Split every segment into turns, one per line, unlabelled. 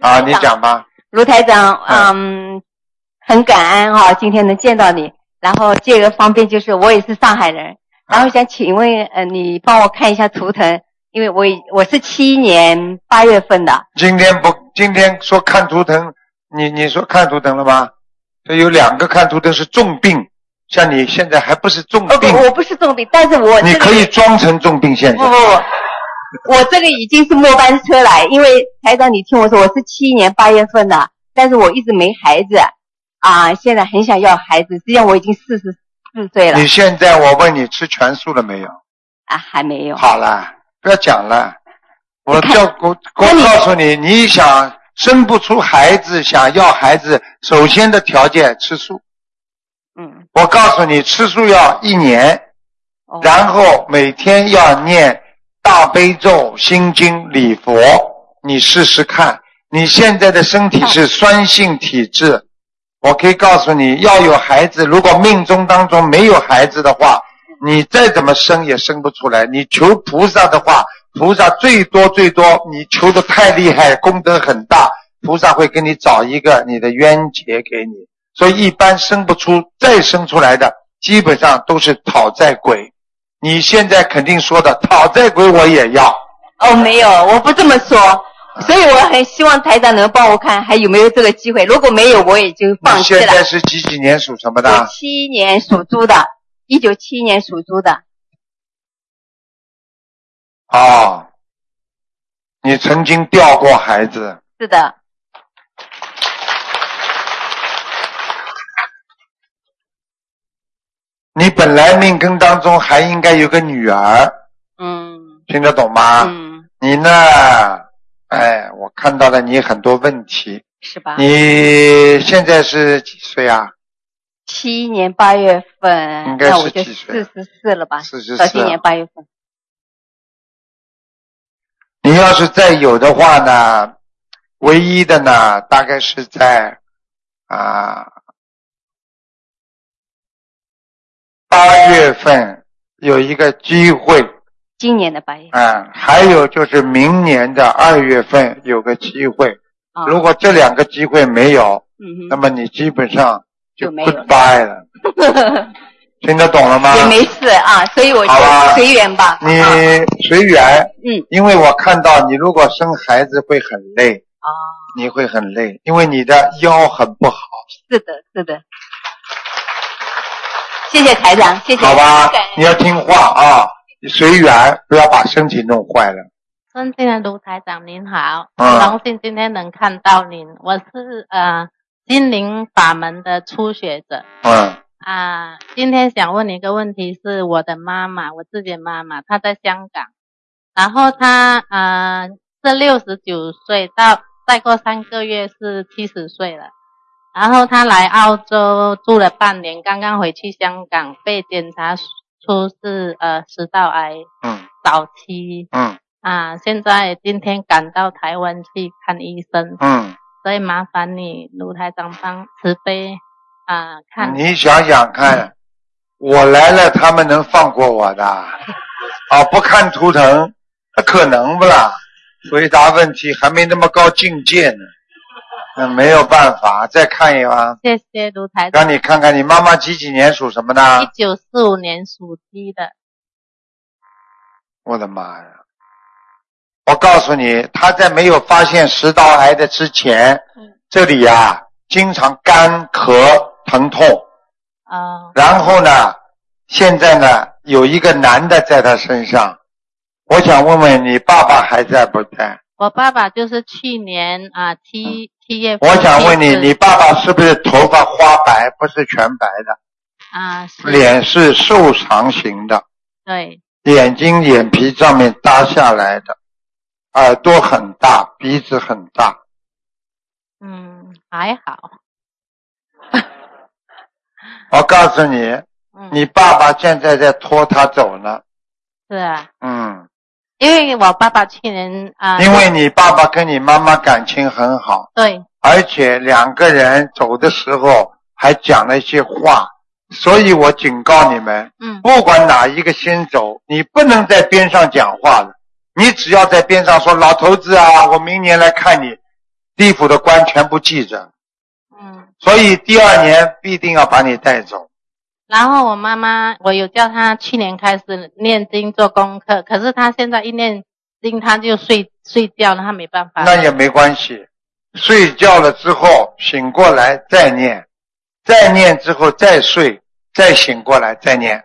啊，你讲吧。
卢台长，
啊
嗯，很感恩哈、今天能见到你。然后这个方便就是我也是上海人，
啊
然后想请问，呃，你帮我看一下图腾，因为我已我是七年八月份的，
今天不，今天说看图腾，你你说看图腾了吗？这有两个看图腾是重病，像你现在还不是重
哦不
病，，
我不是重病，但是我
你
这个
可以装成重病现
不
在
不。不，我这个已经是末班车来，因为台长你听我说，我是七年八月份的，但是我一直没孩子，啊，现在很想要孩子，实际上我已经四十四岁了
你现在我问你吃全素了没有？
啊，还没有。
好了，不要讲了。我
看
叫我我
那你
告诉你，你想生不出孩子，想要孩子，首先的条件吃素。
嗯，
我告诉你，吃素要一年，
哦
然后每天要念大悲咒、心经、礼佛，你试试看。你现在的身体是酸性体质，我可以告诉你，要有孩子，如果命中当中没有孩子的话，你再怎么生也生不出来。你求菩萨的话，菩萨最多最多，你求的太厉害，功德很大，菩萨会给你找一个你的冤结给你。所以一般生不出，再生出来的基本上都是讨债鬼。你现在肯定说的讨债鬼我也要，
哦，没有，我不这么说，所以我很希望台长能帮我看还有没有这个机会，如果没有，我也就放
你
弃
现在
了。
是几几年属什么
我
的？
七年属猪的，一九七年属猪的，
哦，你曾经掉过孩子，
是的，
你本来命根当中还应该有个女儿，
嗯
听得懂吗？
嗯，
你呢？哎，我看到了你很多问题。
是
啊
吧？
你现在是几岁啊？
七年八月份
应，该
那
是
我就
几岁
四十四了吧？
啊
四啊十
到今
四
年。八月份。
你要是再有的话呢，唯一的呢，大概是在啊八月份有一个机会，
今年的八月
啊，还有就是明年的二月份有个机会。
啊，
如果这两个机会没有，
嗯
那
哼，
么你基本上就
就没有了
goodbye 了。听得懂了 吗？
也没事啊，所以我就
好吧
随缘吧。
你
啊
随缘，
嗯，
因为我看到你如果生孩子会很累，
啊，
你会很累，因为你的腰很不好，
是的，是的。谢谢台长，谢谢。
好吧
感？
你要听话啊，你随缘，不要把身体弄坏了。
尊敬的卢台长您好，
嗯
很荣幸今天能看到您。我是呃心灵法门的初学者
嗯，
啊、今天想问你一个问题，是我的妈妈，我自己妈妈，她在香港，然后她呃是六十九岁，到再过三个月是七十岁了。然后她来澳洲住了半年，刚刚回去香港被检查出是呃食道癌
嗯
早期。
嗯
啊，现在今天赶到台湾去看医生，
嗯，
所以麻烦你卢台长帮慈悲啊看。
你想想看，我来了，他们能放过我的？啊，不看图腾，那可能不啦？回答问题还没那么高境界呢，那没有办法，再看一吧，
谢谢卢台长
让。你看看你妈妈几几年属什么的
一？九四五年属鸡的，
我的妈呀！我告诉你，他在没有发现食道癌的之前，这里呀、经常干咳疼痛，
啊、
然后呢，现在呢有一个男的在他身上，我想问问你爸爸还在不在？
我爸爸就是去年啊七七月
嗯
份
我
去世。
想问
嗯
你，你爸爸是不是头发花白，不是全白的，
啊是
脸是瘦长型的，
对
眼睛眼皮上面耷下来的，耳朵很大，鼻子很大。
嗯还好
我告诉你，
嗯
你爸爸现在在拖他走呢。
是啊，
嗯，
因为我爸爸去年啊
因为你爸爸跟你妈妈感情很好，
对
而且两个人走的时候还讲了一些话，所以我警告你们，
嗯
不管哪一个先走，你不能在边上讲话了。你只要在边上说“老头子啊，我明年来看你”，地府的官全部记着，
嗯，
所以第二年必定要把你带走。
然后我妈妈，我有叫她去年开始念经做功课，可是她现在一念经，她就睡睡觉了，她没办法。
那也没关系，睡觉了之后醒过来再念，再念之后再睡，再醒过来再念。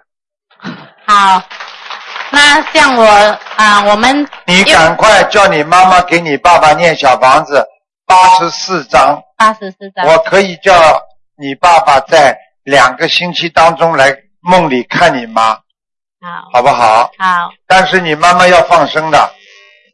好，那像我啊、我们
你赶快叫你妈妈给你爸爸念小房子八十四章，
八十四张，
我可以叫你爸爸在两个星期当中来梦里看你妈，
好
好不好？
好
但是你妈妈要放生的，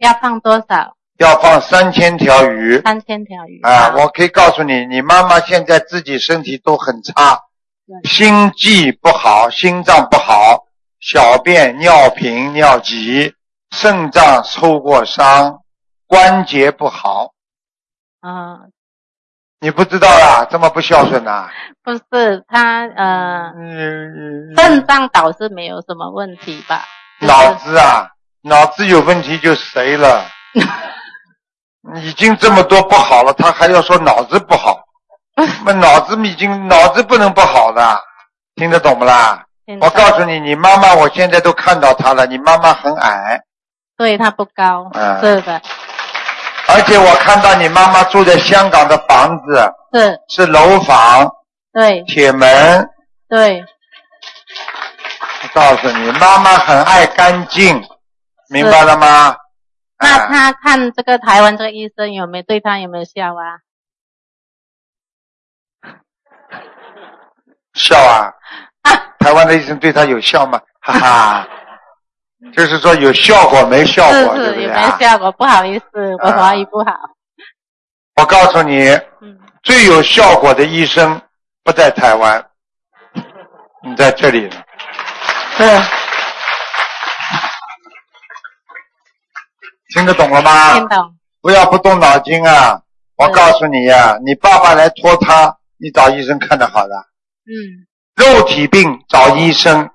要放多少？
要放三千条鱼。
三千条鱼
啊，
好
我可以告诉你，你妈妈现在自己身体都很差，
对
心悸不好，心脏不好，小便、尿频、尿急，肾脏受过伤，关节不好。
嗯，
你不知道啦，这么不孝顺呐、
不是他呃，
嗯，
肾脏倒是没有什么问题吧？就是
脑子啊，脑子有问题就谁 了？已经这么多不好了，他还要说脑子不 好？那脑子已经脑子不能不好的，听得懂不啦？
现在
我告诉你，你妈妈我现在都看到她了，你妈妈很矮，
对他不高，
嗯
是的，
而且我看到你妈妈住在香港的房子
是，
是楼房，
对
铁门。啊
对，
我告诉你，妈妈很爱干净，明白了吗？
那
啊
他看这个台湾这个医生有没有对他有没有效啊？
笑啊！台湾的医生对她有效吗？哈 哈，就是说有效果没效
是
果，对
是
不对
有没
啊
有？效果？不好意思，我
啊
华语不好。
我告诉你，
嗯，
最有效果的医生不在台湾，你在这里呢。
是
听得懂了吗？
听懂。
不要不动脑筋啊！我
对
告诉你呀、你爸爸来拖他，你找医生看的好的。
嗯，
肉体病找医生，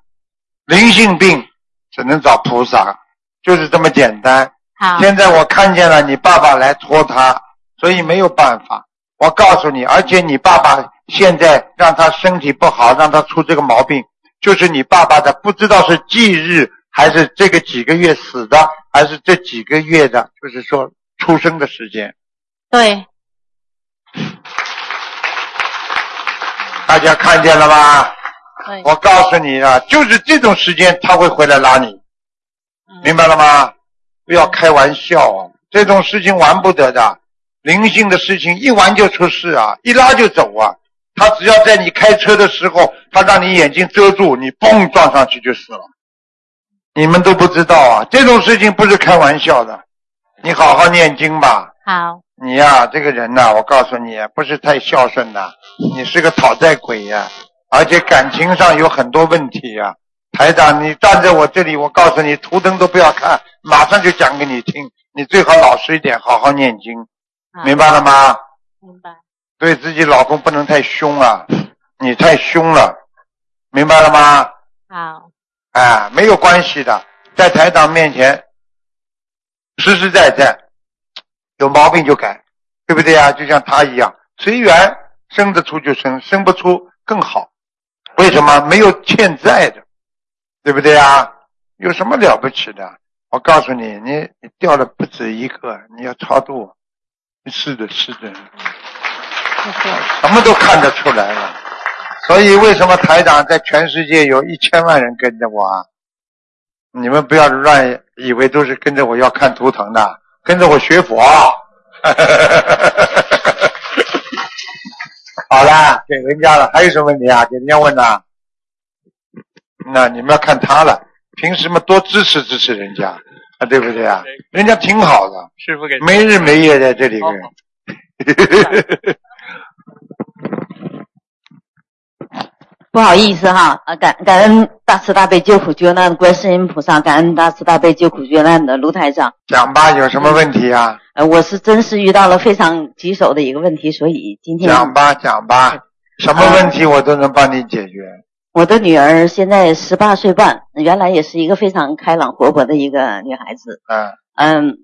灵性病只能找菩萨，就是这么简单。
好，
现在我看见了你爸爸来拖他，所以没有办法。我告诉你，而且你爸爸现在让他身体不好，让他出这个毛病，就是你爸爸的不知道是忌日还是这个几个月死的，还是这几个月的，就是说出生的时间。
对，
大家看见了吧？
对，
我告诉你啊，就是这种时间他会回来拉你，
嗯
明白了吗？不要开玩笑啊，这种事情玩不得的，灵性的事情一玩就出事啊，一拉就走啊。他只要在你开车的时候，他让你眼睛遮住，你嘣撞上去就死了。你们都不知道啊，这种事情不是开玩笑的。你好好念经吧。
好，
你呀、这个人呐、我告诉你，不是太孝顺的，你是个讨债鬼呀、而且感情上有很多问题呀、台长，你站在我这里，我告诉你，图腾都不要看，马上就讲给你听。你最好老实一点，好好念经，
好
明白了吗？
明白。
对自己老公不能太凶啊，你太凶了，明白了吗？
好，
啊，没有关系的，在台长面前，实实在在，有毛病就改，对不对呀、就像他一样，随缘，生得出就生，生不出更好。为什么？没有欠债的，对不对呀、有什么了不起的？我告诉你，你你掉了不止一个，你要超度。是的，是的，
谢谢。
什么都看得出来了。所以为什么台长在全世界有一千万人跟着我啊？你们不要乱以为都是跟着我要看图腾的，跟着我学佛。 好啦，给人家了，还有什么问题啊？给人家问呐。那你们要看他了，平时嘛多支持支持人家啊，对不对啊？人家挺好的，
师傅给
没日没夜在这里跟。
不好意思哈，啊，感感恩大慈大悲救苦救难的观世音菩萨，感恩大慈大悲救苦救难的卢台长。
讲吧，有什么问题啊？
呃，我是真是遇到了非常棘手的一个问题，所以今天
讲吧，讲吧，
嗯
什么问题我都能帮你解决。
我的女儿现在十八岁半，原来也是一个非常开朗活泼的一个女孩子。
嗯
嗯，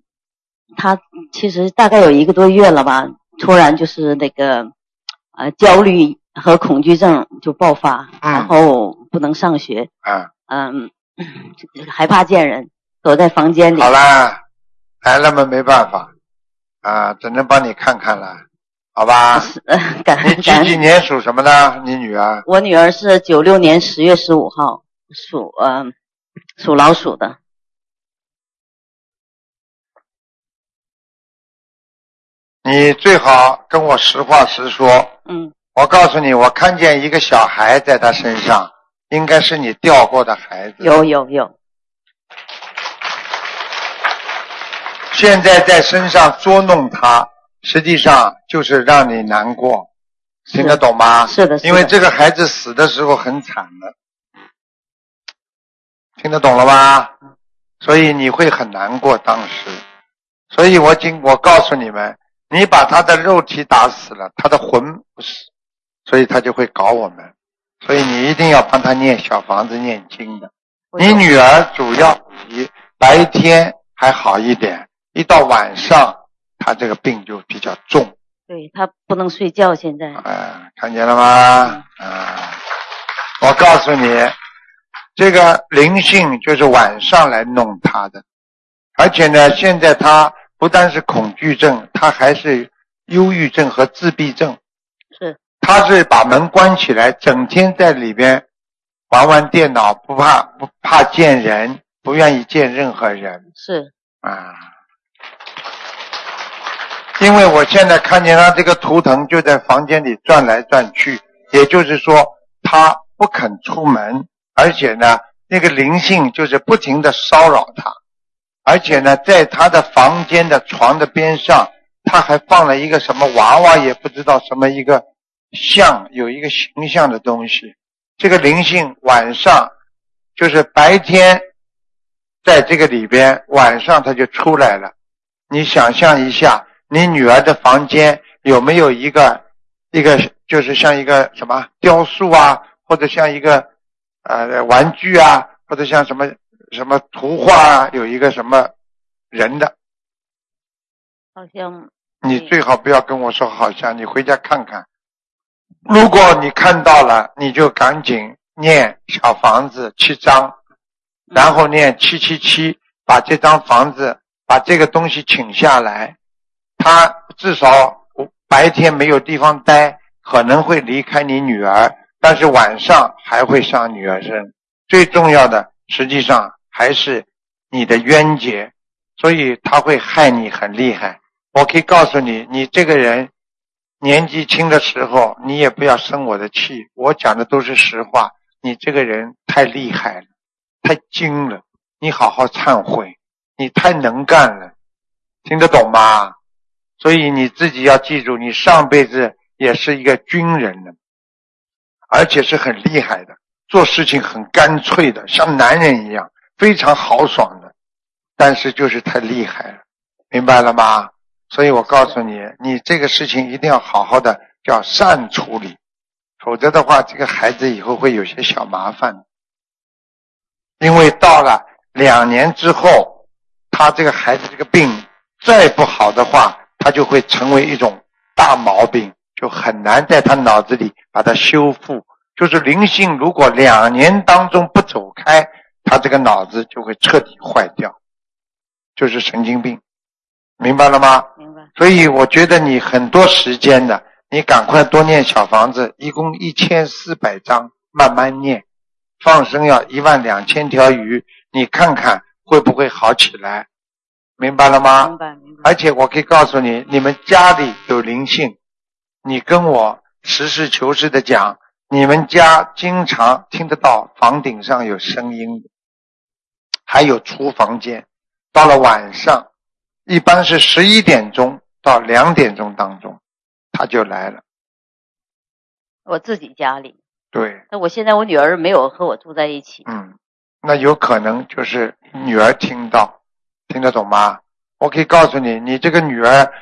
她其实大概有一个多月了吧，突然就是那个呃焦虑和恐惧症就爆发，
嗯
然后不能上学，
啊，
嗯，害怕见人，躲在房间里
好。啦，来了嘛，没办法，啊，只能帮你看看了，好 吧？
是呃感
你
恩
几
感
几
恩。
年属什么的？你女儿
我女儿是九六年十月十五号属呃属老鼠的，
你最好跟我实话实说。
嗯
我告诉你，我看见一个小孩在她身上，应该是你掉过的孩子。
有有有，
现在在身上捉弄他，实际上就是让你难过，
是
听得懂吗？
是的，是的
啊因为这个孩子死的时候很惨的，听得懂了吧？所以你会很难过当时。所以我今我告诉你们，你把他的肉体打死了，他的魂不死，所以他就会搞我们。所以你一定要帮他念小房子、念经的。你女儿主要以白天还好一点，一到晚上，她这个病就比较重。
对她不能睡觉，现在
啊，看见了吗？啊，我告诉你，这个灵性就是晚上来弄他的，而且呢，现在他不但是恐惧症，他还是忧郁症和自闭症。
是，
他是把门关起来，整天在里边玩玩电脑，不怕不怕见人，不愿意见任何人。
是
啊，因为我现在看见他这个图腾就在房间里转来转去，也就是说他不肯出门，而且呢，那个灵性就是不停的骚扰他，而且呢，在他的房间的床的边上，他还放了一个什么娃娃，也不知道什么一个像，有一个形象的东西。这个灵性晚上就是白天在这个里边，晚上它就出来了。你想象一下，你女儿的房间有没有一个一个就是像一个什么雕塑啊，或者像一个呃玩具啊，或者像什么什么图画啊，有一个什么人的？
好像
你
嗯
最好不要跟我说好像，你回家看看。如果你看到了，你就赶紧念小房子七章，然后念七七七，把这张房子把这个东西请下来。他至少白天没有地方待，可能会离开你女儿，但是晚上还会上女儿身。最重要的，实际上还是你的冤结，所以他会害你很厉害。我可以告诉你，你这个人年纪轻的时候，你也不要生我的气，我讲的都是实话。你这个人太厉害了，太精了，你好好忏悔，你太能干了，听得懂吗？所以你自己要记住，你上辈子也是一个军人呢，而且是很厉害的，做事情很干脆的，像男人一样，非常豪爽的，但是就是太厉害了，明白了吗？所以我告诉你，你这个事情一定要好好的，叫善处理，否则的话，这个孩子以后会有些小麻烦。因为到了两年之后，他这个孩子这个病再不好的话，他就会成为一种大毛病，就很难在他脑子里把它修复。就是灵性如果两年当中不走开，他这个脑子就会彻底坏掉，就是神经病，明白了吗？
明白
所以我觉得你很多时间的，你赶快多念小房子，一共一千四百张，慢慢念，放生要一万两千条鱼，你看看会不会好起来，明白了吗？
明白
嗯
明白，
而且我可以告诉你，你们家里有灵性，你跟我实事求是的讲，你们家经常听得到房顶上有声音的，还有厨房间。到了晚上，一般是十一点钟到两点钟当中，他就来了。
我自己家里，
对，
但我现在我女儿没有和我住在一起，
嗯，那有可能就是女儿听到，听得懂吗？我可以告诉你，你这个女儿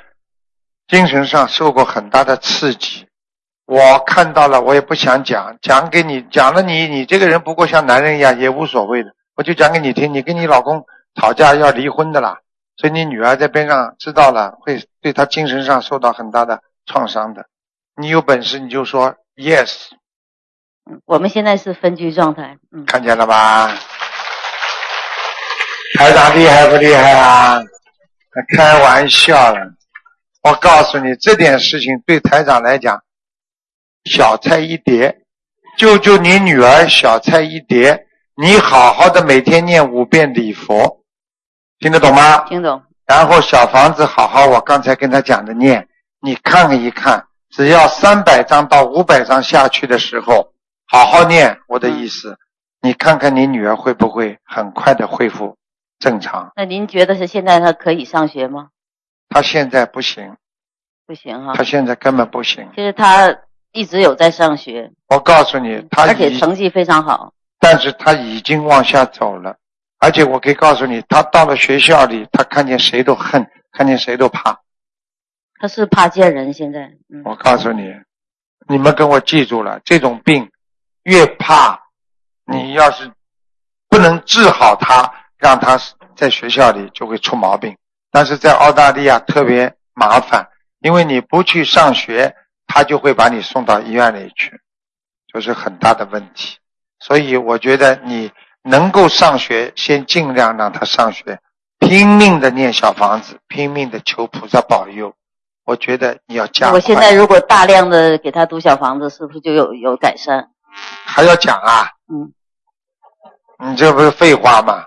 精神上受过很大的刺激。我看到了，我也不想讲，讲给你讲了你，你这个人不过像男人一样也无所谓的，我就讲给你听。你跟你老公吵架要离婚的啦，所以你女儿在边上知道了，会对她精神上受到很大的创伤的。你有本事你就说 yes，
我们现在是分居状态，嗯，
看见了吧？台长厉害不厉害啊？开玩笑了，我告诉你，这点事情对台长来讲，小菜一碟。救救你女儿，小菜一碟。你好好的每天念五遍礼佛，听得懂吗？
听懂？
然后小房子好好，我刚才跟他讲的念，你看一看，只要三百张到五百张下去的时候，好好念我的意思，你看看你女儿会不会很快的恢复正常？
那您觉得是现在他可以上学吗？
她现在不行，
不行
嗯
哈
她，现在根本不行。
其实他一直有在上学，
我告诉
嗯
你，她
而且
已
成绩非常好。
但是他已经往下走了，而且我可以告诉你，他到了学校里，他看见谁都恨，看见谁都怕。
他是怕见人，现在，嗯，
我告诉你，你们跟我记住了，这种病越怕，
嗯
你要是不能治好它，让它在学校里就会出毛病。但是在澳大利亚特别麻烦，因为你不去上学，他就会把你送到医院里去，这、是很大的问题。所以我觉得你能够上学，先尽量让他上学，拼命的念小房子，拼命的求菩萨保佑。我觉得你要加快。
我现在如果大量的给他读小房子，是不是就有有改善？
还要讲啊？
嗯，
你这不是废话吗？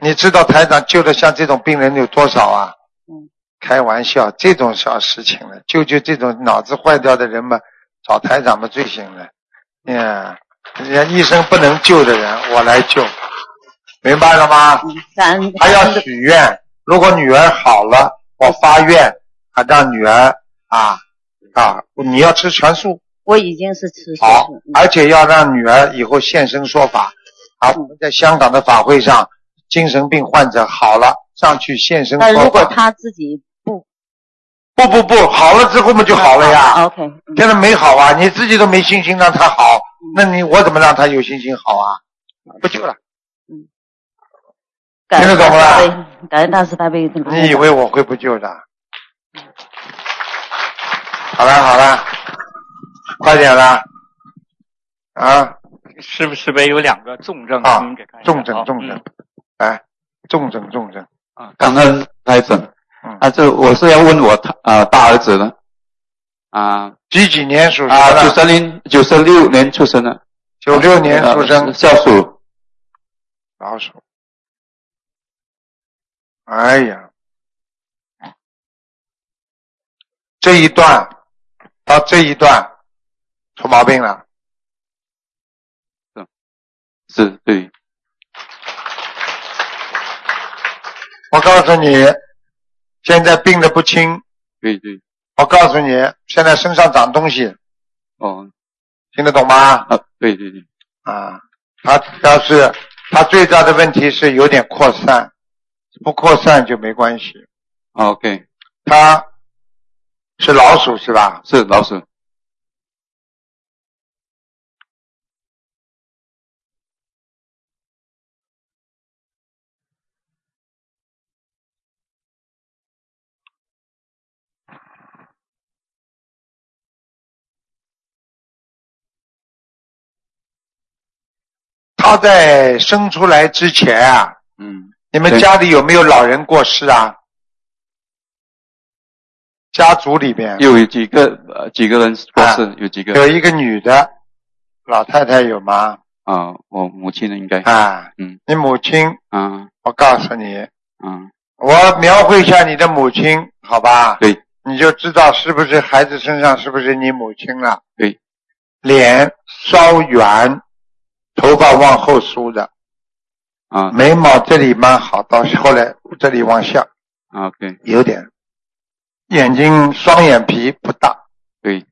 你知道台长救的像这种病人有多少啊？
嗯，
开玩笑，这种小事情了，救救这种脑子坏掉的人嘛，找台长嘛最行了。嗯，人家医生不能救的人，我来救，明白了吗？
嗯，感恩
还要许愿，如果女儿好了，我发愿啊，让女儿啊啊，你要吃全素，
我已经是吃素
好
了，，嗯
而且要让女儿以后现身说法。啊，我们在香港的法会上，精神病患者好了，上去现身
嗯但如
说
果
法。
他自己不
不不不，好了之后嘛就好了哎呀。
，OK，嗯
现在没好啊，你自己都没信心让他好，那你我怎么让他有信心好啊？
嗯
不救了，
感
听
恩
得懂
大
了
慈大悲，感恩大慈大悲。
你以为我会不救的？好了好了，快点了，啊，
是不是呗？有两个重症
啊
您给看一下
重症
好
重症
嗯，
来，重症重症，
啊，
感恩台长
嗯。
啊，这我是要问我大呃大儿子的，啊
几几年属什么
啊，九
的？
三零九十六年出生的，
啊九六年出生
呃，校属，
老鼠。哎呀，这一段到这一段出毛病了，
是对，
我告诉你，现在病得不轻。
对对，
我告诉你，现在身上长东西，
哦，
听得懂吗？
啊，对对对，
啊，他要是他最大的问题是有点扩散，不扩散就没关系。
啊，OK，
他是老鼠是吧？
是老鼠，
他在生出来之前啊，
嗯，
你们
对
家里有没有老人过世啊？家族里边
有几个呃几个人过世，有几
啊有
个
一个女的，老太太有吗？
啊，我母亲的应该，
啊，
嗯，
你母亲，
啊
我告诉你，
啊，
我描绘一下你的母亲，好吧？
对，
你就知道是不是孩子身上是不是你母亲了。
对，
脸稍圆，头发往后梳的，
啊
眉毛这里蛮好，到后来这里往下
啊，OK，
有点，眼睛双眼皮不大，
对，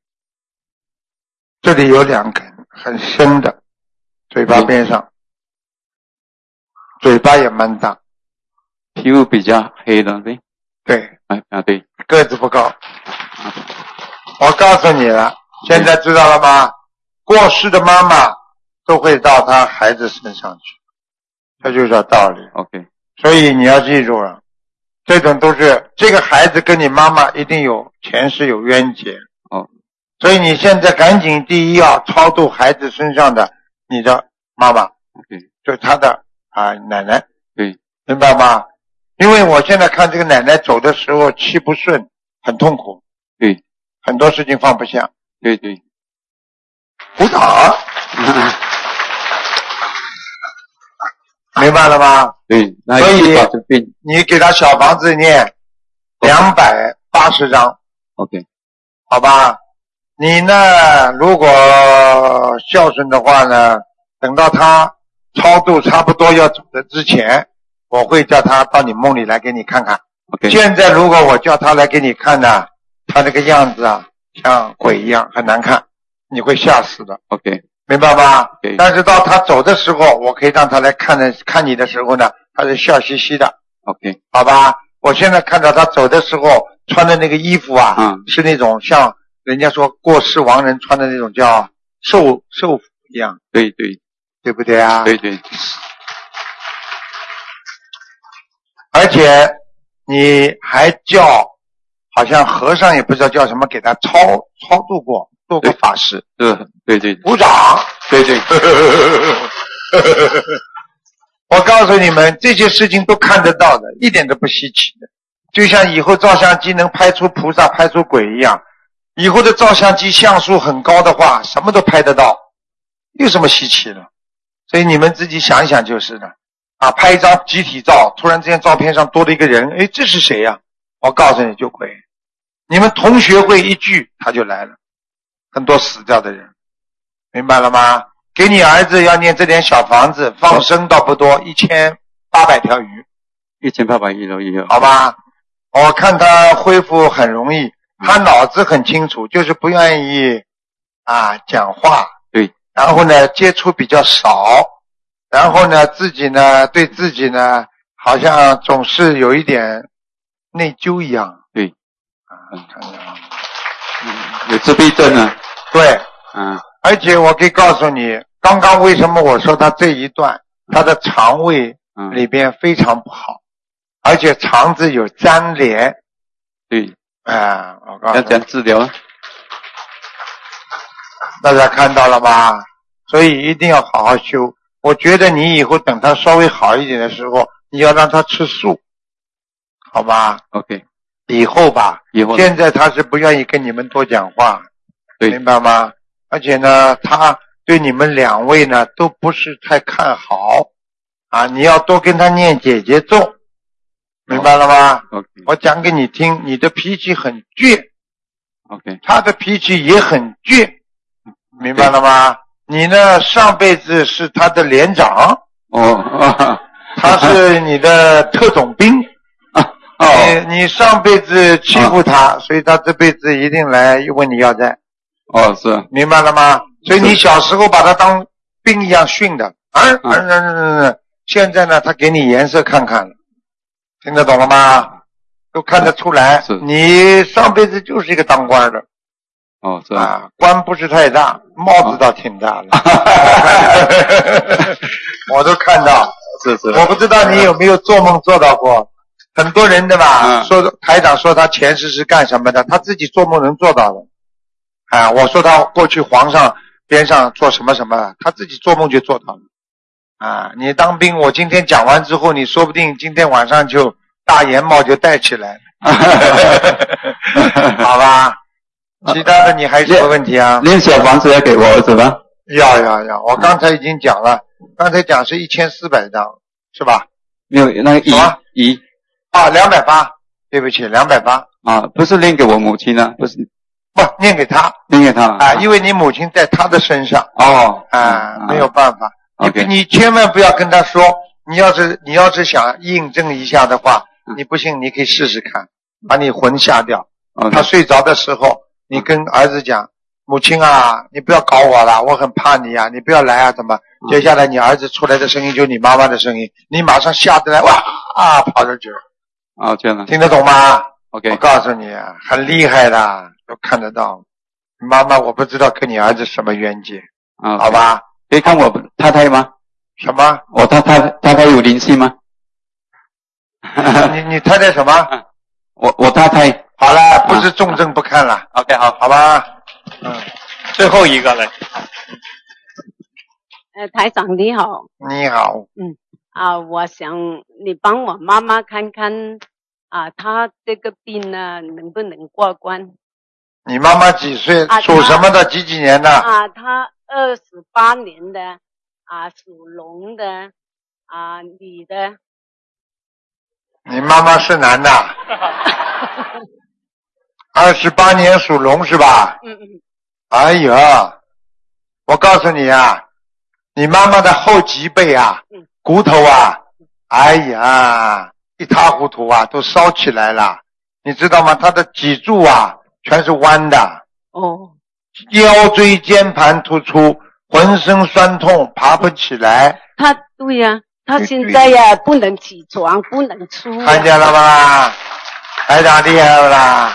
这里有两根很深的，嘴巴边上，嘴巴也蛮大，
皮肤比较黑的，对，
对，
啊啊对，
个子不高。我告诉你了，现在知道了吗？过世的妈妈都会到她孩子身上去，这就叫道理。
，OK，
所以你要记住了，这种都是这个孩子跟你妈妈一定有前世有冤结，所以你现在赶紧第一要超度孩子身上的你的妈妈，就是他的啊、奶奶，
对，
明白吗？因为我现在看这个奶奶走的时候气不顺，很痛苦，
对，
很多事情放不下。
对对，
鼓掌，明白了吗？
对，那
所以
一把就变
你给他小房子念两百八十张，
OK，
好吧？你呢，如果孝顺的话呢，等到他超度差不多要走的之前，我会叫他到你梦里来给你看看。
OK
现在如果我叫他来给你看呢，他那个样子啊，像鬼一样，很难看，你会吓死的，
OK
明白吧？
对
但是到他走的时候，我可以让他来看的看你的时候呢，他是笑嘻嘻的，
OK，
好吧？我现在看到他走的时候穿的那个衣服啊，
嗯
是那种像人家说过世亡人穿的那种叫寿寿服一样，
对对
对不对啊？
对。对
而且你还叫，好像和尚也不知道叫什么，给他超超度过，做过
对
法事，
是，对对
鼓掌。
对对，
我告诉你们，这些事情都看得到的，一点都不稀奇的。就像以后照相机能拍出菩萨、拍出鬼一样，以后的照相机像素很高的话，什么都拍得到，有什么稀奇的？所以你们自己想一想就是了。啊，拍一张集体照，突然之间照片上多了一个人，哎，这是谁呀、我告诉你就鬼，你们同学会一聚他就来了，很多死掉的人，明白了吗？给你儿子要念这点小房子，放生倒不多，一千八百条鱼，
一千八百一楼也有。
好吧？我看他恢复很容易，他脑子很清楚，就是不愿意啊讲话。
对。
然后呢，接触比较少，然后呢，自己呢对自己呢，好像总是有一点内疚一样。
对。
啊，看看啊
有自闭症啊，
对，
嗯，
而且我可以告诉你，刚刚为什么我说他这一段，他的肠胃
嗯，
里边非常不好，而且肠子有粘连。
对，
啊、我告
要
诉
讲
你，
治疗啊，
大家看到了吧？所以一定要好好修。我觉得你以后等他稍微好一点的时候，你要让他吃素，好吧？
OK，
以后吧，
以后
现在他是不愿意跟你们多讲话，
对
明白吗？而且呢，他对你们两位呢都不是太看好，啊，你要多跟他念姐姐咒，明白了吗？
OK
我讲给你听，你的脾气很倔，
OK
他的脾气也很倔，明白了吗？你呢，上辈子是他的连 长，
哦哦
他是你的特种兵，
哦
你你上辈子欺负他，所以他这辈子一定来问你要债，
哦是啊
明白了吗？所以你
是
小时候把他当兵一样训的，啊啊啊啊！啊现在呢，他给你颜色看看了，听得懂了吗？都看得出来
是，
你上辈子就是一个当官的
哦是啊
啊，官不是太大，帽子倒挺大的， 我都看到。
是是
我不知道你有没有做梦做到过，很多人对吧？
嗯
说台长说他前世是干什么的，他自己做梦能做到的。啊，我说他过去皇上边上做什么什么，他自己做梦就做到了。啊，你当兵，我今天讲完之后，你说不定今天晚上就大檐帽就戴起来了， 好吧？其他的你还有什么问题啊？
念小房子要给我儿子吗？
要要要，我刚才已经讲了，刚才讲是一千四百张，是吧？
没有那个
什么
一一
啊，两百八，对不起，两百八，
啊，不是念给我母亲啊，不是
不念给他
念给她
啊，因为你母亲在他的身上
哦
啊
嗯，
没有办法，
OK
你千万不要跟他说，你要是你要是想印证一下的话，
嗯
你不信你可以试试看，把你魂吓掉。
OK
他睡着的时候，你跟儿子讲，母亲啊，你不要搞我了，我很怕你啊，你不要来啊，怎么？
嗯
接下来你儿子出来的声音就是你妈妈的声音，你马上吓得来哇啊跑出去了，
啊这样了
听得懂吗？我
OK
告诉你，啊，很厉害的，都看得到。妈妈，我不知道跟你儿子什么冤结，
啊
好吧？
可以看我太太吗？哦
什么？
我太太太太有灵性吗？
你你太太什么？
我我太太
好了，不是重症不看了，
啊
OK 好
好吧？
最后一个了，
呃，台长你好，
你好，
啊，我想你帮我妈妈看看啊，她这个病呢能不能过关？
你妈妈几岁？
啊
属什么的？几几年的？
啊，她二十八年的啊，属龙的啊，女的，
你妈妈是男 的，二十八年属龙是吧？
嗯嗯，
哎呀，我告诉你啊，你妈妈的后脊背啊，骨头啊，哎呀，一塌糊涂啊，都烧起来了，你知道吗？她的脊柱啊，全是弯的，
哦，
腰椎间盘突出，浑身酸痛，爬不起来，
她对呀、她
对
现
对
在呀、不能起床，不能出呀、
看见了吧？台长厉害不啦？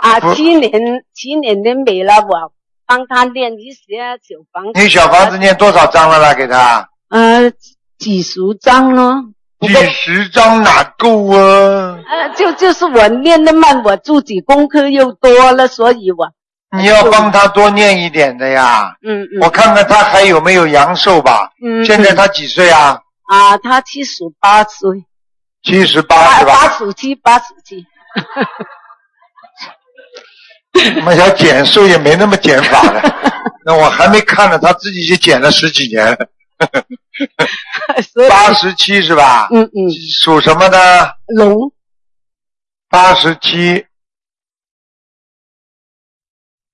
啊，
不
去年去年的没了，我帮她练一些小房子，
你小房子念多少章了啦？给他
呃，几十张咯。不
几
过
十章哪够啊？
呃，就就是我念的慢，我自己功课又多了，所以我
你要帮他多念一点的呀。
嗯嗯
我看看他还有没有阳寿吧。
嗯
现在他几岁啊？
啊，他七十八岁，
七十八
八
是
八
吧？
十七，八十七，
我们要减寿也没那么减法 的。那我还没看呢，他自己就减了十几年 了，
所以
八十七是吧？
嗯嗯，
属什么的？
龙
八十七，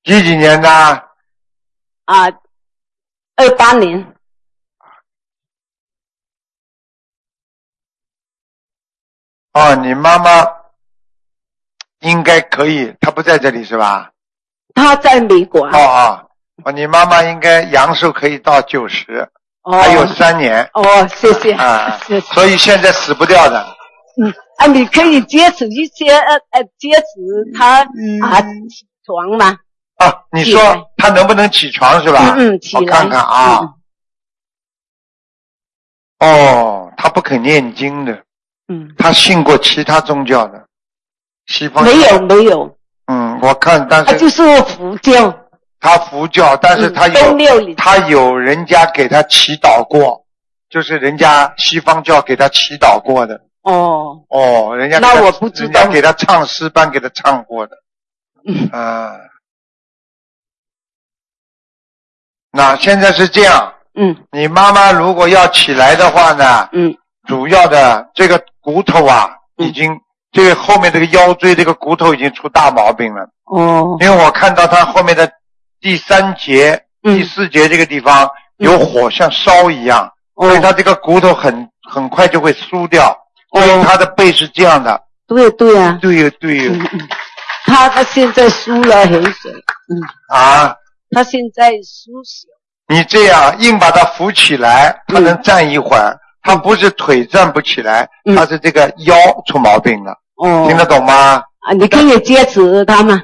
几几年的？
啊，二八年
哦，你妈妈应该可以，她不在这里是吧？
他在美国
哦哦，哦，你妈妈应该阳寿可以到九十，
哦
还有三年，
哦，谢谢
啊
谢谢，
所以现在死不掉的。
嗯啊，你可以接触一些呃呃接触他啊起床嘛，
啊，你
起来
说她能不能起床是吧？
嗯嗯起来
我看看啊。哦，她不肯念经的，
嗯，
她信过其他宗教的，西方
没有。没有，
嗯，我看，但
啊
是
就是佛教，
她佛教，但是
嗯
她有
东六里
他有人家给他祈祷过，就是人家西方教给他祈祷过的。
哦。
哦，人家给
那
他
我不知道
人家给他唱诗班给他唱过的。
嗯
啊，那现在是这样，
嗯
你妈妈如果要起来的话呢，
嗯
主要的这个骨头啊，
嗯
已经这个后面这个腰椎这个骨头已经出大毛病了，
哦
因为我看到他后面的第三节、
嗯
第四节这个地方有火像烧一样，
哦
所以他这个骨头很很快就会酥掉。所以他的背是这样的，
对哦对啊，
对呀对呀
嗯嗯，他他现在输了很少，
啊！
他现在输血，
你这样硬把他扶起来，他
嗯
能站一会儿。他不是腿站不起来，
嗯
他是这个腰出毛病了，
哦
听得懂吗？
啊，你可以接持他吗？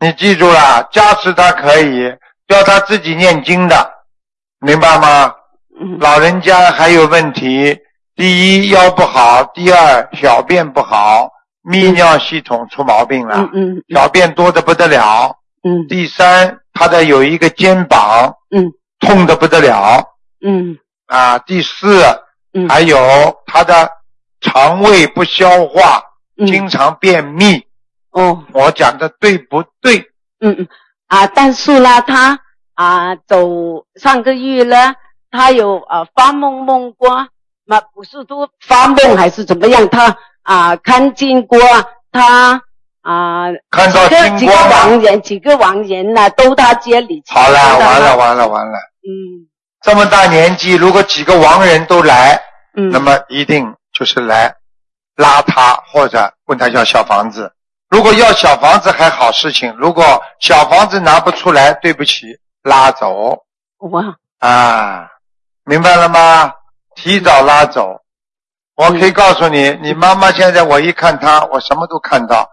你记住了，加持他可以，叫他自己念经的，明白吗？
嗯
老人家还有问题，第一腰不好，第二小便不好，泌尿系统出毛病了，
嗯嗯
小便多的不得了。
嗯
第三，他的有一个肩膀，
嗯，
痛的不得了
嗯
啊。第四，
嗯
还有他的肠胃不消化，经
嗯，
常便秘。
哦
我讲的对不对？
嗯嗯啊，但是呢，他啊走上个月呢，他有啊发梦梦过，嘛不是都发梦还是怎么样？他啊看见过他啊。
看到
几个
金
几个
光
亡
了，
人，几个亡人呐、都他接里去。
好了，
知道吗
完了，完了，完了！
嗯
这么大年纪，如果几个亡人都来，
嗯，
那么一定就是来拉他或者问他要小房子。如果要小房子还好事情，如果小房子拿不出来，对不起，拉走
哇，
啊，明白了吗？提早拉走。我可以告诉你，你妈妈现在我一看她，我什么都看到，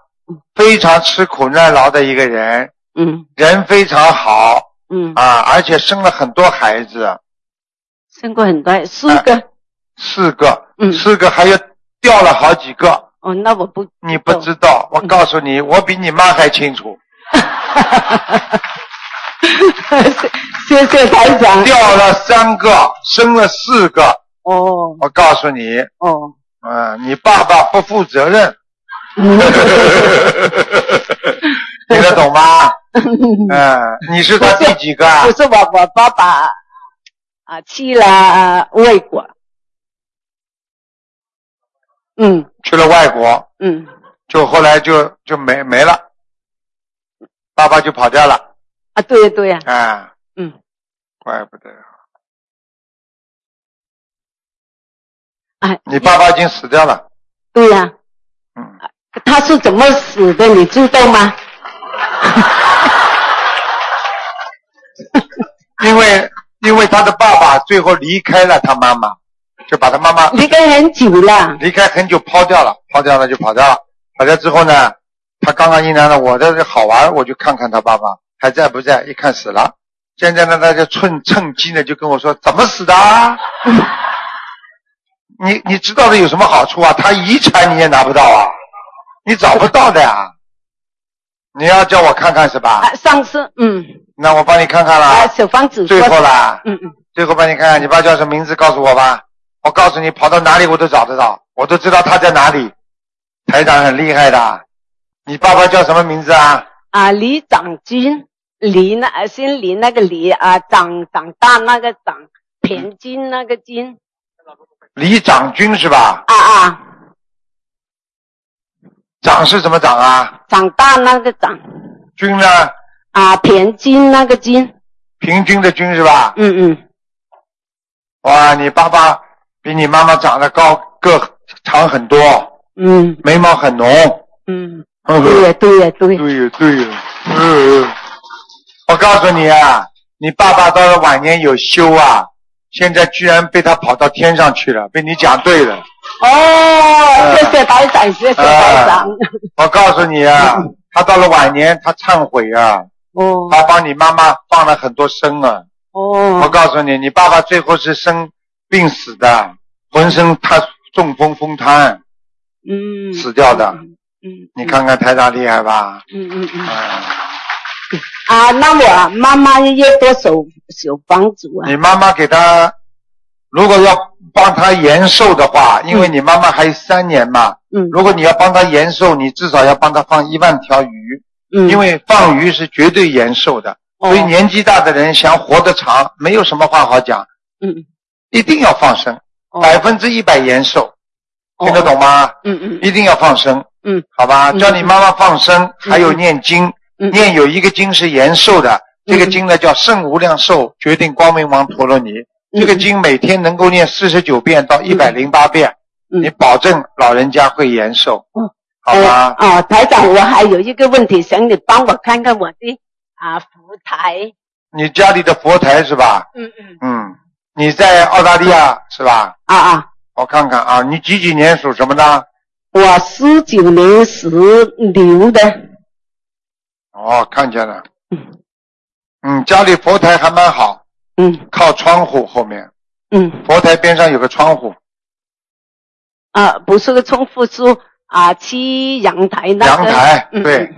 非常吃苦耐劳的一个人，
嗯
人非常好
嗯，
啊，而且生了很多孩子。
生过很多四个、
啊四个，
嗯
四个还有掉了好几个，
哦，那我不
你不知道。我告诉你，我比你妈还清楚。
谢谢台长。
掉了三个，生了四个。
哦
我告诉你，
哦，
啊、你爸爸不负责 任，听得 懂吗？嗯、你是他第几个啊
不？是我，我爸爸啊去了呃外国。嗯
去了外国，
嗯，
就后来就就没没了，爸爸就跑掉了，
啊对呀对呀，
啊，
嗯，
怪不得，
哎，
你爸爸已经死掉了，
对呀，啊
嗯，
他是怎么死的，你知道吗？
因为因为他的爸爸最后离开了他妈妈，就把他妈妈
离开很久了，
离开很久抛掉了，抛掉了就跑掉了，跑掉之后呢，他刚刚一来呢，我在这好玩，我就看看他爸爸还在不在，一看死了。现在呢，他就趁趁机呢就跟我说怎么死的、啊？ 你你知道的有什么好处啊？他遗产你也拿不到啊，你找不到的呀、你要叫我看看是吧？
啊，上次嗯
那我帮你看看
啊，
啦，
小房子说
最后啦。
嗯嗯，
最后帮你看看，你爸叫什么名字，告诉我吧。我告诉你，跑到哪里我都找得到，我都知道他在哪里。台长很厉害的，你爸爸叫什么名字啊？
啊，李长军，李那呃姓李那个李啊，长长大那个长，田金那个金
李长军是吧？
啊啊，
长是什么长啊？
长大那个长
军呢？
啊，田金那个金，
平均的均是吧？
嗯嗯，
哇，你爸爸比你妈妈长得高，个长很多，
嗯
眉毛很浓。
嗯，
呵呵
对呀对呀对呀，
对呀，对呀，嗯，嗯我告诉你啊，你爸爸到了晚年有修啊，现在居然被他跑到天上去了，被你讲对了。
哦，谢谢台长，谢谢
啊
台长，
我告诉你啊，他到了晚年，他忏悔啊，
哦
他帮你妈妈放了很多生啊。我
哦
告诉你，你爸爸最后是生病死的，浑身他中风风瘫
嗯，
死掉的。
嗯，
你看看台长厉害吧？
嗯嗯嗯
嗯，
啊，那我妈妈要多少小房子啊？
你妈妈给他，如果要帮他延寿的话，因为你妈妈还有三年嘛，
嗯
如果你要帮他延寿，你至少要帮他放一万条鱼，
嗯，
因为放鱼是绝对延寿的。所以
哦
年纪大的人想活得长，没有什么话好讲，
嗯
一定要放生，
哦
百分之一百延寿，哎
哦
听得懂吗？
嗯嗯
一定要放生，
嗯，
好吧？
嗯
叫你妈妈放生，还有念经，
嗯
念有一个经是延寿的，
嗯
这个经呢叫《圣无量寿决定光明王陀罗尼》，
嗯
这个经每天能够念四十九遍到一百零八遍，
嗯
你保证老人家会延寿
嗯，
好吧？
呃啊，台长，我还有一个问题，想你帮我看看我的啊福台。
你家里的佛台是吧？
嗯嗯。
嗯，你在澳大利亚是吧？
啊啊，
我看看啊，你几几年属什么的？
我十九年属牛的。
哦，看见了
嗯。
嗯，家里佛台还蛮好，
嗯
靠窗户后面，
嗯。
佛台边上有个窗户，
啊，不是个重复书啊，去阳台那
阳
个。
台，
嗯
对，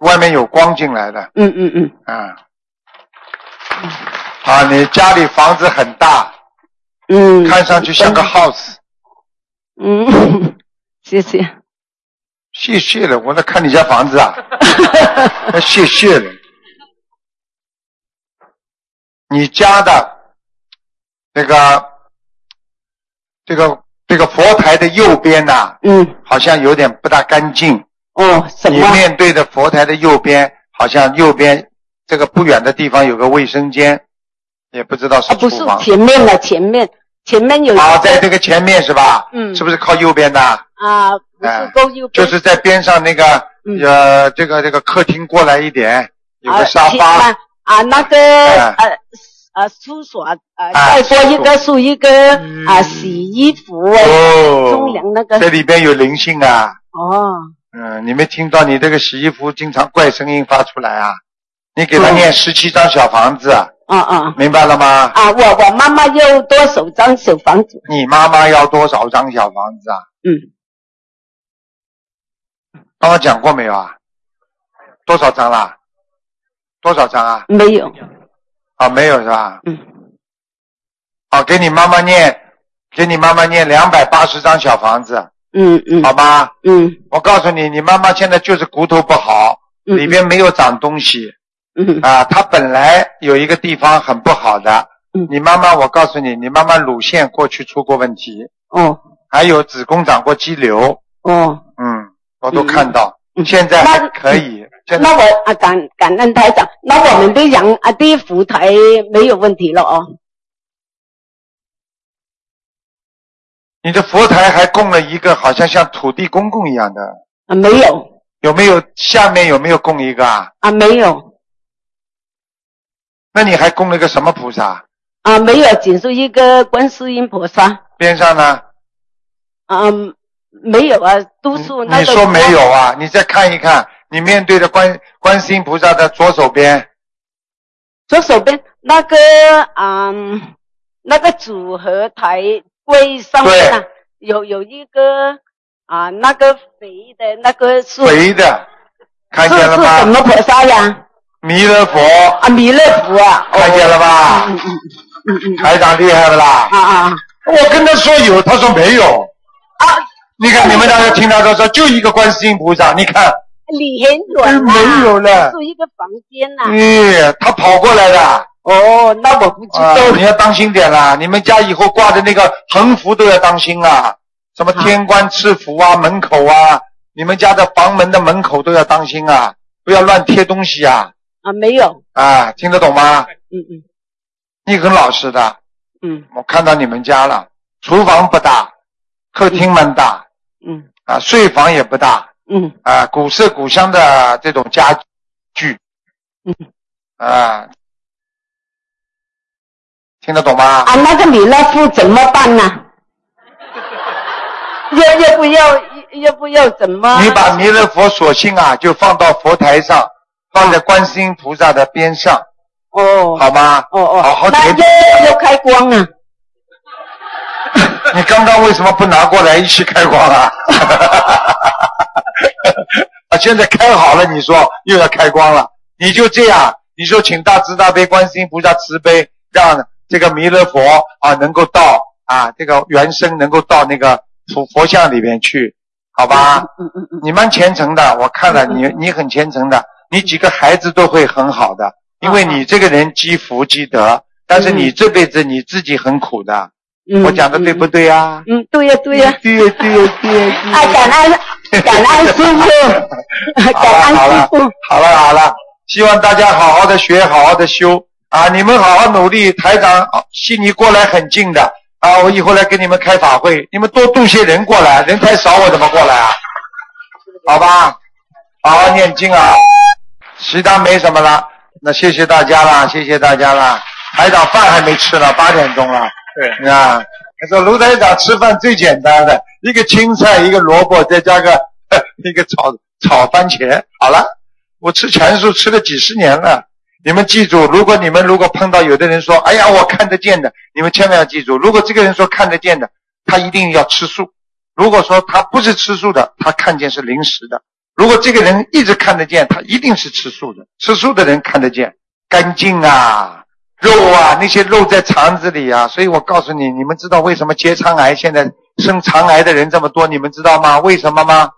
外面有光进来的
嗯嗯嗯。
啊。啊，你家里房子很大，
嗯。
看上去像个 house。
嗯， 谢谢。
谢谢了，我在看你家房子 啊，谢谢了。你家的那个这个这个佛台的右边呐、
嗯，
好像有点不大干净。
哦，什
你
么？
面对着佛台的右边，好像右边这个不远的地方有个卫生间，也不知道是
啊，不
厨
是
房。
前面的，前面，前面有一
啊，在
个
这个前面是吧？
嗯
是不是靠右边的？
啊，不
哎
是够右
就
边
是在边上那个、
嗯
呃，这个这个客厅过来一点，有
啊，
个沙
其
发，
他啊，那个
哎
呃呃，厕所呃，
哎嗯
再多一个是一个啊，洗衣服啊，冲
哦，
凉那个
这里边有灵性啊。
哦，
嗯，你没听到你这个洗衣服经常怪声音发出来啊？你给他
嗯
念十七张小房子，
啊啊
明白了吗？
啊！我我妈妈要多少张小房子？
你妈妈要多少张小房子啊？
嗯，
刚刚讲过没有啊？多少张啦？多少张啊？
没有，
啊，没有是吧？
嗯。
好，给你妈妈念，给你妈妈念两百八十张小房子，
嗯嗯
好吧？
嗯
我告诉你，你妈妈现在就是骨头不好，
嗯
里边没有长东西
嗯
啊。她本来有一个地方很不好的
嗯，
你妈妈，我告诉你，你妈妈乳腺过去出过问题，
哦
还有子宫长过肌瘤，
哦，
嗯，我都看到，
嗯
现在还
那
可以，现在
那我啊感感恩台长，那我们的阳啊的福台没有问题了哦，
你的佛台还供了一个好像像土地公公一样的，
啊没有
有没有？下面有没有供一个啊？
啊没有
那你还供了个什么菩萨？
啊没有，只是一个观世音菩萨，
边上呢？
嗯没有啊，都
你
是那个
嗯你说没有啊？你再看一看，你面对的观观世音菩萨的左手边，
左手边那个嗯，那个组合台柜上面啊，有有一个啊，那个肥的那个是
肥的，看
是
见了
是
吗？
什么菩萨呀？
弥勒佛，
啊，弥勒佛啊！哦
看见了吧？
嗯
台长厉害不啦？
啊啊
我跟他说有，他说没有。
啊！
你看你们大家听他说说，就一个观世音菩萨，你看，
李很
哎，
远
没
啊，
有了。
是一个房间啊呐、
咦、他跑过来的。
哦，那我不知
啊
道。，
你要当心点啦！你们家以后挂的那个横幅都要当心啦，什么天官赐福啊，门口啊，你们家的房门的门口都要当心啊，不要乱贴东西啊！
啊，没有。
啊，听得懂吗？
嗯嗯
你很老实的，
嗯
我看到你们家了，厨房不大，客厅蛮大
嗯
啊，睡房也不大
嗯
啊，古色古香的这种家具，
嗯
啊，听得懂吗？
啊，那个弥勒佛怎么办呢、 要要不要要不要怎么？
你把弥勒佛所信啊，就放到佛台上，放在观世音菩萨的边上，
哦
好吗？
哦哦，
好好
那
解读。
要要开光啊！
你刚刚为什么不拿过来一起开光啊？ 啊，现在开好了，你说又要开光了，你就这样，你说请大慈大悲观世音菩萨慈悲，让这个弥勒佛啊能够到啊这个原生能够到那个佛佛像里面去，好吧？
嗯嗯嗯，
你蛮虔诚的，我看了你，你很虔诚的，你几个孩子都会很好的，
嗯
因为你这个人积福积德，但是你这辈子你自己很苦的，
嗯
我讲的对不？嗯对呀、啊？
嗯，嗯对呀、对呀、
对呀对呀对呀！
啊，感恩感恩师 傅，
啊
感恩师傅，
好了好了，希望大家好好的学，好好的修啊！你们好好努力，台长啊悉尼过来很近的啊，我以后来给你们开法会，你们多度些人过来，人太少我怎么过来啊？好吧，好好念经啊，其他没什么了。那谢谢大家啦，谢谢大家啦。台长饭还没吃呢，八点钟了。
对，
啊，他说卢台长吃饭最简单的，一个青菜，一个萝卜，再加个 一个炒炒番茄，好了。我吃全素吃了几十年了，你们记住，如果你们如果碰到有的人说，哎呀，我看得见的，你们千万要记住，如果这个人说看得见的，他一定要吃素；如果说他不是吃素的，他看见是零食的。如果这个人一直看得见，他一定是吃素的。吃素的人看得见，干净啊，肉啊，那些肉在肠子里啊。所以我告诉你，你们知道为什么结肠癌现在生肠癌的人这么多？你们知道吗？为什么吗？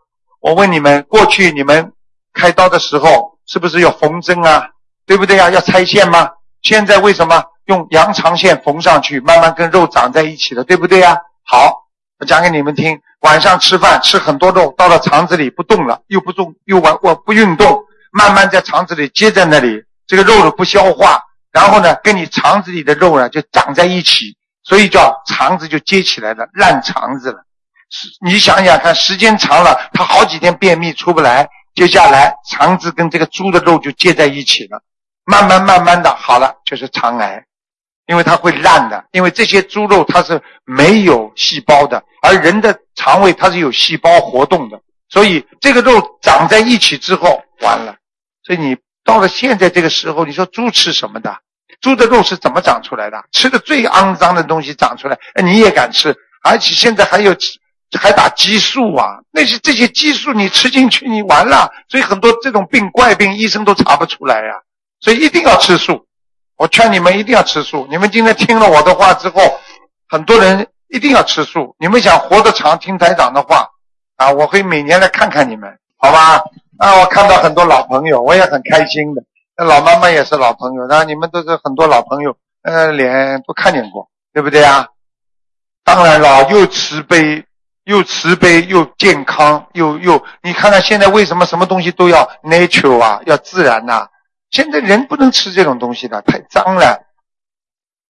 我问你们，过去你们开刀的时候是不是有缝针啊？对不对呀、要拆线吗？现在为什么用羊肠线缝上去，慢慢跟肉长在一起了，对不对呀、好，我讲给你们听，晚上吃饭吃很多肉，到了肠子里不动了，又不动又玩我不运动，慢慢在肠子里接在那里，这个肉呢不消化，然后呢跟你肠子里的肉呢就长在一起，所以叫肠子就接起来了，烂肠子了。是你想想看，时间长了，他好几天便秘出不来，接下来肠子跟这个猪的肉就接在一起了，慢慢慢慢的好了，就是肠癌，因为它会烂的，因为这些猪肉它是没有细胞的，而人的肠胃它是有细胞活动的，所以这个肉长在一起之后完了，所以你到了现在这个时候，你说猪吃什么的？猪的肉是怎么长出来的？吃的最肮脏的东西长出来，哎你也敢吃？而且现在还有还打激素啊，那些这些激素你吃进去，你完了。所以很多这种病怪病，医生都查不出来呀、啊所以一定要吃素。我劝你们一定要吃素。你们今天听了我的话之后，很多人一定要吃素。你们想活得长，听台长的话啊，我会每年来看看你们，好吧？啊，我看到很多老朋友，我也很开心的。那老妈妈也是老朋友，那你们都是很多老朋友，呃，脸都看见过，对不对啊？当然了，又慈悲，又慈悲，又健康，又又，你看看现在为什么什么东西都要 nature 啊，要自然呐、现在人不能吃这种东西的，太脏了。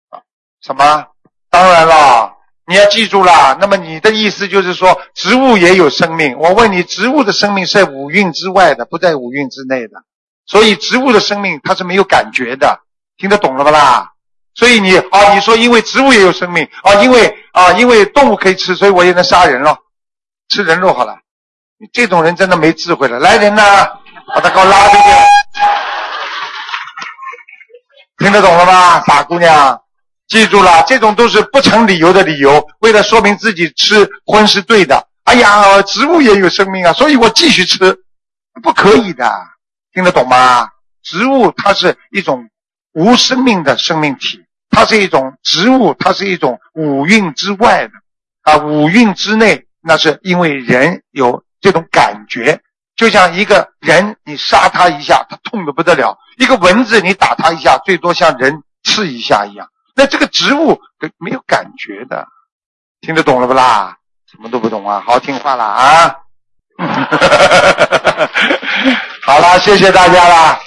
啊啊什么？当然啦，你要记住啦。那么你的意思就是说，植物也有生命。我问你，植物的生命是在五蕴之外的，不在五蕴之内的。所以植物的生命它是没有感觉的，听得懂了吧啦？所以你啊，你说因为植物也有生命啊，因为啊，因为动物可以吃，所以我也能杀人了，吃人肉好了。你这种人真的没智慧了。来人呐，把他给我拉出去！听得懂了吧，傻姑娘？记住了，这种都是不成理由的理由，为了说明自己吃荤是对的。哎呀，植物也有生命啊，所以我继续吃，不可以的。听得懂吗？植物它是一种无生命的生命体，它是一种植物，它是一种五蕴之外的啊，五蕴之内，那是因为人有这种感觉，就像一个人，你杀他一下，他痛得不得了；一个蚊子，你打他一下，最多像人刺一下一样。那这个植物没有感觉的，听得懂了不啦？什么都不懂啊，好好听话啦啊！ 好啦，谢谢大家啦！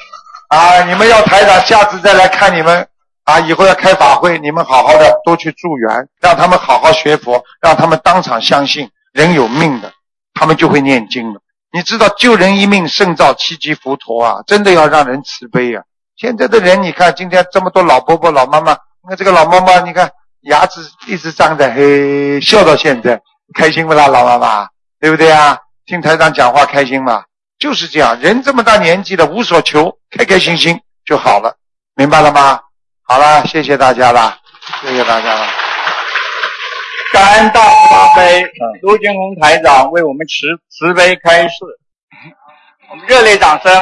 啊，你们要台长下次再来看你们啊，以后要开法会，你们好好的多去助缘，让他们好好学佛，让他们当场相信人有命的，他们就会念经的。你知道救人一命胜造七级浮屠啊，真的要让人慈悲啊！现在的人，你看今天这么多老伯伯、老妈妈，你看这个老妈妈，你看牙齿一直张着，嘿，笑到现在，开心不啦，老妈妈？对不对啊？听台长讲话开心吗？就是这样，人这么大年纪了，无所求，开开心心就好了，明白了吗？好了，谢谢大家啦，谢谢大家啦。
感恩大慈大悲，卢军红台长为我们慈慈悲开示，我们热烈掌声，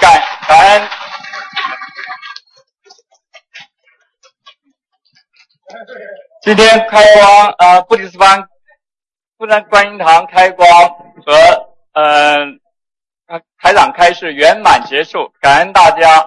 感感恩。今天开光，呃，布里斯班布兰观音堂开光和呃台长开示圆满结束，感恩大家。